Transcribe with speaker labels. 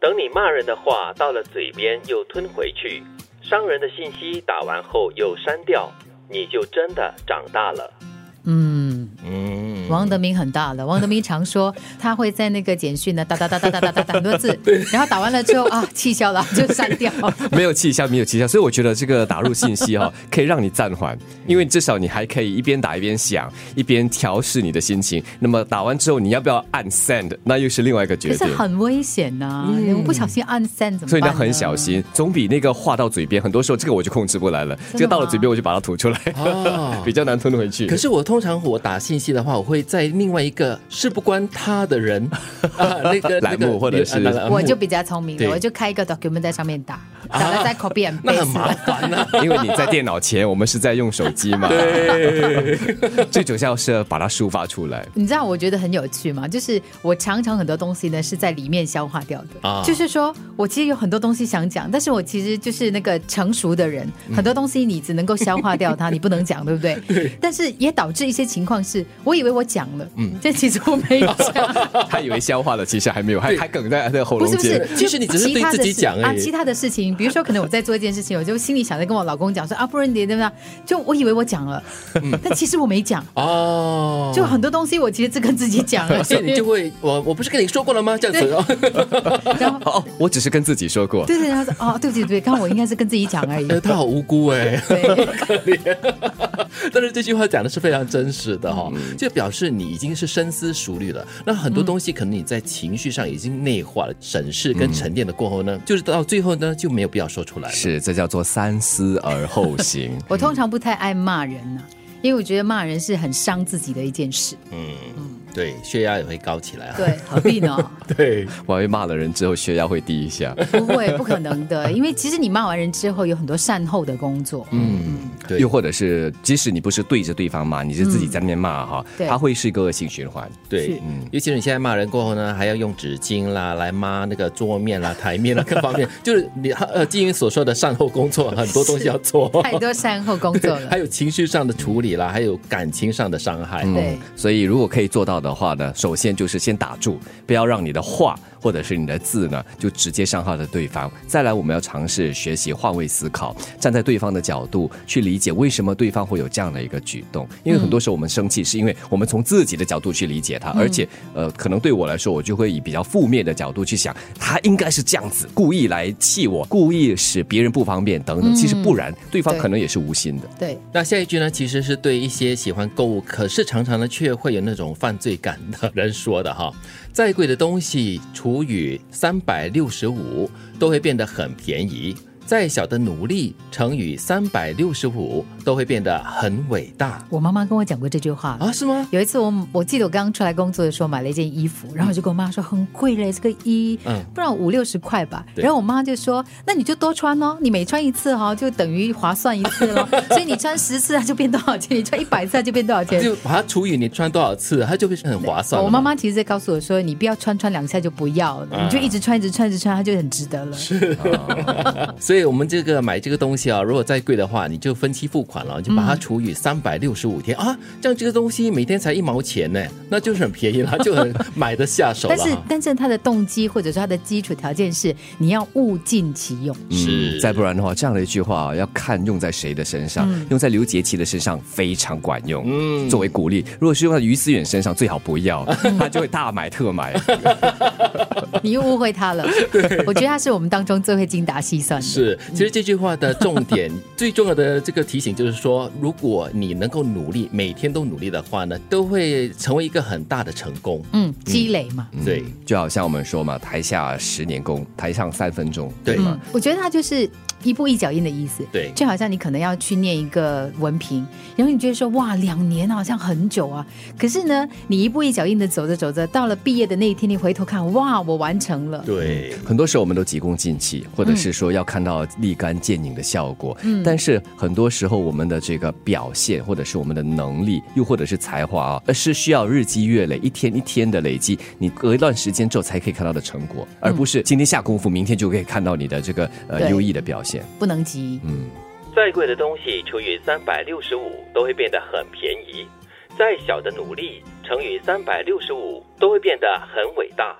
Speaker 1: 等你骂人的话到了嘴边又吞回去，伤人的信息打完后又删掉，你就真的长大了。
Speaker 2: 嗯，
Speaker 3: 嗯，
Speaker 2: 王德明很大了。王德明常说，他会在那个简讯呢打打打打打打打打很多 字，然后打完了之后啊，气消了就删掉。
Speaker 3: 没有气消，没有气消，所以我觉得这个打入信息哈、 可以让你暂缓，因为至少你还可以一边打一边想，一边调试你的心情。那么打完之后，你要不要按 send，那又是另外一个决
Speaker 2: 可是
Speaker 3: 定。
Speaker 2: 很危险呐、你我不小心按删怎么办？
Speaker 3: 嗯所以你要很小。心，
Speaker 2: 啊
Speaker 3: 总比那个话到嘴边，很多时候这个我就控制不来了，这个到了嘴边我就把它吐出来，
Speaker 4: 哦
Speaker 3: 比较难吞回去。
Speaker 4: 可是我通常我打信息的话，我会在另外一个事不关他 的人啊那个
Speaker 3: 栏目
Speaker 4: 那个
Speaker 3: 或者是
Speaker 4: 啊栏目
Speaker 2: 我就比较聪明了，
Speaker 4: 对
Speaker 2: 我就开一个 document 在上面打，
Speaker 3: 啊
Speaker 2: 打了再 copy and
Speaker 4: 那很
Speaker 2: paste
Speaker 4: 麻
Speaker 2: 了。
Speaker 4: 烦啊。
Speaker 3: 因为你在电脑前，我们是在用手机 嘛，对， 最主要是要把它抒发出来。
Speaker 2: 你知道我觉得很有趣吗？就是我常常很多东西呢是在里面消化掉的，
Speaker 4: 啊
Speaker 2: 就是说我其实有很多东西想讲，但是我其实就是那个成熟的人，
Speaker 4: 嗯
Speaker 2: 很多东西你只能够消化掉 它，你不能讲，对不对？但是也导致一些情况是，我以为我讲了，嗯，但其实我没 讲，
Speaker 3: 他以为消化了，其实还没有，还
Speaker 4: 对
Speaker 3: 还梗在他的喉
Speaker 2: 不
Speaker 3: 咙
Speaker 2: 是不
Speaker 3: 间
Speaker 2: 是。，
Speaker 4: 其实你只是对自己讲
Speaker 2: 啊，
Speaker 4: 而已
Speaker 2: 其他的事情，比如说可能我在做一件事情，我就心里想着跟我老公讲说啊，不然你怎么样？就我以为我讲了，
Speaker 4: 嗯
Speaker 2: 但其实我没讲，
Speaker 4: 哦，
Speaker 2: 就很多东西我其实只跟自己讲了，
Speaker 4: 所以你就会，我我不是跟你说过了吗？这样子哦，
Speaker 2: 然后。
Speaker 3: 哦，我只是跟自己说过，
Speaker 2: 对对，他说哦，对不起，对不起，刚刚我应该是跟自己讲而已。
Speaker 4: 呃他好无辜哎、
Speaker 2: 对，
Speaker 4: 但是这句话讲的是非常真实的哈、
Speaker 3: 嗯
Speaker 4: 就表示你已经是深思熟虑了。那很多东西可能你在情绪上已经内化了、审视跟沉淀了过后呢，就是到最后呢就没有必要说出来了。
Speaker 3: 嗯是这叫做三思而后行。
Speaker 2: 我通常不太爱骂人呐、因为我觉得骂人是很伤自己的一件事。
Speaker 4: 对，血压也会高起来啊。
Speaker 2: 对，何必呢？
Speaker 4: 对，
Speaker 3: 我还会骂了人之后，血压会低一下。
Speaker 2: 不会，不可能的。因为其实你骂完人之后，有很多善后的工作。
Speaker 4: 嗯，对
Speaker 3: 又，或者是，即使你不是对着对方骂，你是自己在那边骂哈，
Speaker 2: 对
Speaker 3: 它会是一个恶性循环。
Speaker 4: 对嗯
Speaker 2: 是，
Speaker 4: 尤其是你现在骂人过后呢，还要用纸巾啦来抹那个桌面啦、台面啦各方面， 就是你呃，基于所说的善后工作，很多东西要做，
Speaker 2: 太多善后工作了
Speaker 4: 还。有情绪上的处理啦，还有感情上的伤害。
Speaker 2: 嗯对，
Speaker 3: 所以，如果可以做到的话呢，首先就是先打住，不要让你的话或者是你的字呢，就直接伤害了对方。再来，我们要尝试学习换位思考，站在对方的角度去理解为什么对方会有这样的一个举动。因为很多时候我们生气，是因为我们从自己的角度去理解他，而且呃，可能对我来说，我就会以比较负面的角度去想，他应该是这样子，故意来气我，故意使别人不方便等等。其实不然，对方
Speaker 2: 对
Speaker 3: 可能也是无心 的。
Speaker 2: 对，
Speaker 4: 那下一句呢，其实是对一些喜欢购物，可是常常呢却会有那种犯罪感的人说的哈。 再贵的东西除以三百六十五，都会变得很便宜；再小的努力乘以三百六十五，都会变得很伟大
Speaker 2: 我妈妈跟我讲过这句话。
Speaker 4: 啊？是吗？
Speaker 2: 有一次我，我记得我刚出来工作的时候买了一件衣服，然后我就跟我妈说很贵嘞，这个衣，
Speaker 4: 嗯
Speaker 2: 不然五六十块吧。
Speaker 4: 对
Speaker 2: 然后我妈就说，那你就多穿哦，你每穿一次哈、哦，就等于划算一次 咯。所以你穿十次它就变多少钱，你穿一百次它就变多少钱。
Speaker 4: 就把它除以你穿多少次，它就会很划算了嘛。
Speaker 2: 我妈妈其实在告诉我说，你不要穿穿两下就不要
Speaker 4: 啊
Speaker 2: 了，你就一直穿一直穿一直穿，它就很值得了。
Speaker 3: 啊
Speaker 4: 所以我们这个买这个东西啊，如果再贵的话，你就分期付款了，就把它除
Speaker 2: 嗯
Speaker 4: 以三百六十五天、啊，这样这个东西每天才一毛钱呢，那就是很便宜了，就很买得下手了
Speaker 2: 但
Speaker 4: 哈。
Speaker 2: 是，但是它的动机或者说它的基础条件是你要物尽其 用。
Speaker 4: 是
Speaker 3: 嗯再不然的话，这样的一句话啊要看用在谁的身上，
Speaker 4: 嗯
Speaker 3: 用在刘杰奇的身上非常管用，嗯，作为鼓励；如果是用在于思远身上，最好不 要，他就会大买特买。
Speaker 2: 你又误会他了。我觉得他是我们当中最会精打细算的。
Speaker 4: 是，其实这句话的重点，最重要的这个提醒就是说，如果你能够努力，每天都努力的话呢，都会成为一个很大的成功。
Speaker 2: 嗯，积累嘛。
Speaker 4: 对，
Speaker 3: 就好像我们说嘛，台下十年功，台上三分钟，
Speaker 4: 对
Speaker 3: 吗？
Speaker 2: 嗯，我觉得它就是一步一脚印的意思。
Speaker 4: 对
Speaker 2: 就好像你可能要去念一个文凭，然后你觉得说哇，两年好像很久啊。可是呢，你一步一脚印的走着走着，到了毕业的那一天，你回头看，哇，我完成了。
Speaker 4: 对，
Speaker 3: 很多时候我们都急功近利，或者是说要看到立竿见影的效果。嗯，但是很多时候我们的这个表现，或者是我们的能力，又或者是才华啊，而是需要日积月累，一天一天的累积，你隔一段时间之后才可以看到的成果，而不是今天下功夫，明天就可以看到你的这个呃
Speaker 2: 对
Speaker 3: 优异的表现。
Speaker 2: 不能急，
Speaker 3: 嗯，
Speaker 1: 再贵的东西除以三百六十五都会变得很便宜，再小的努力乘以三百六十五都会变得很伟大。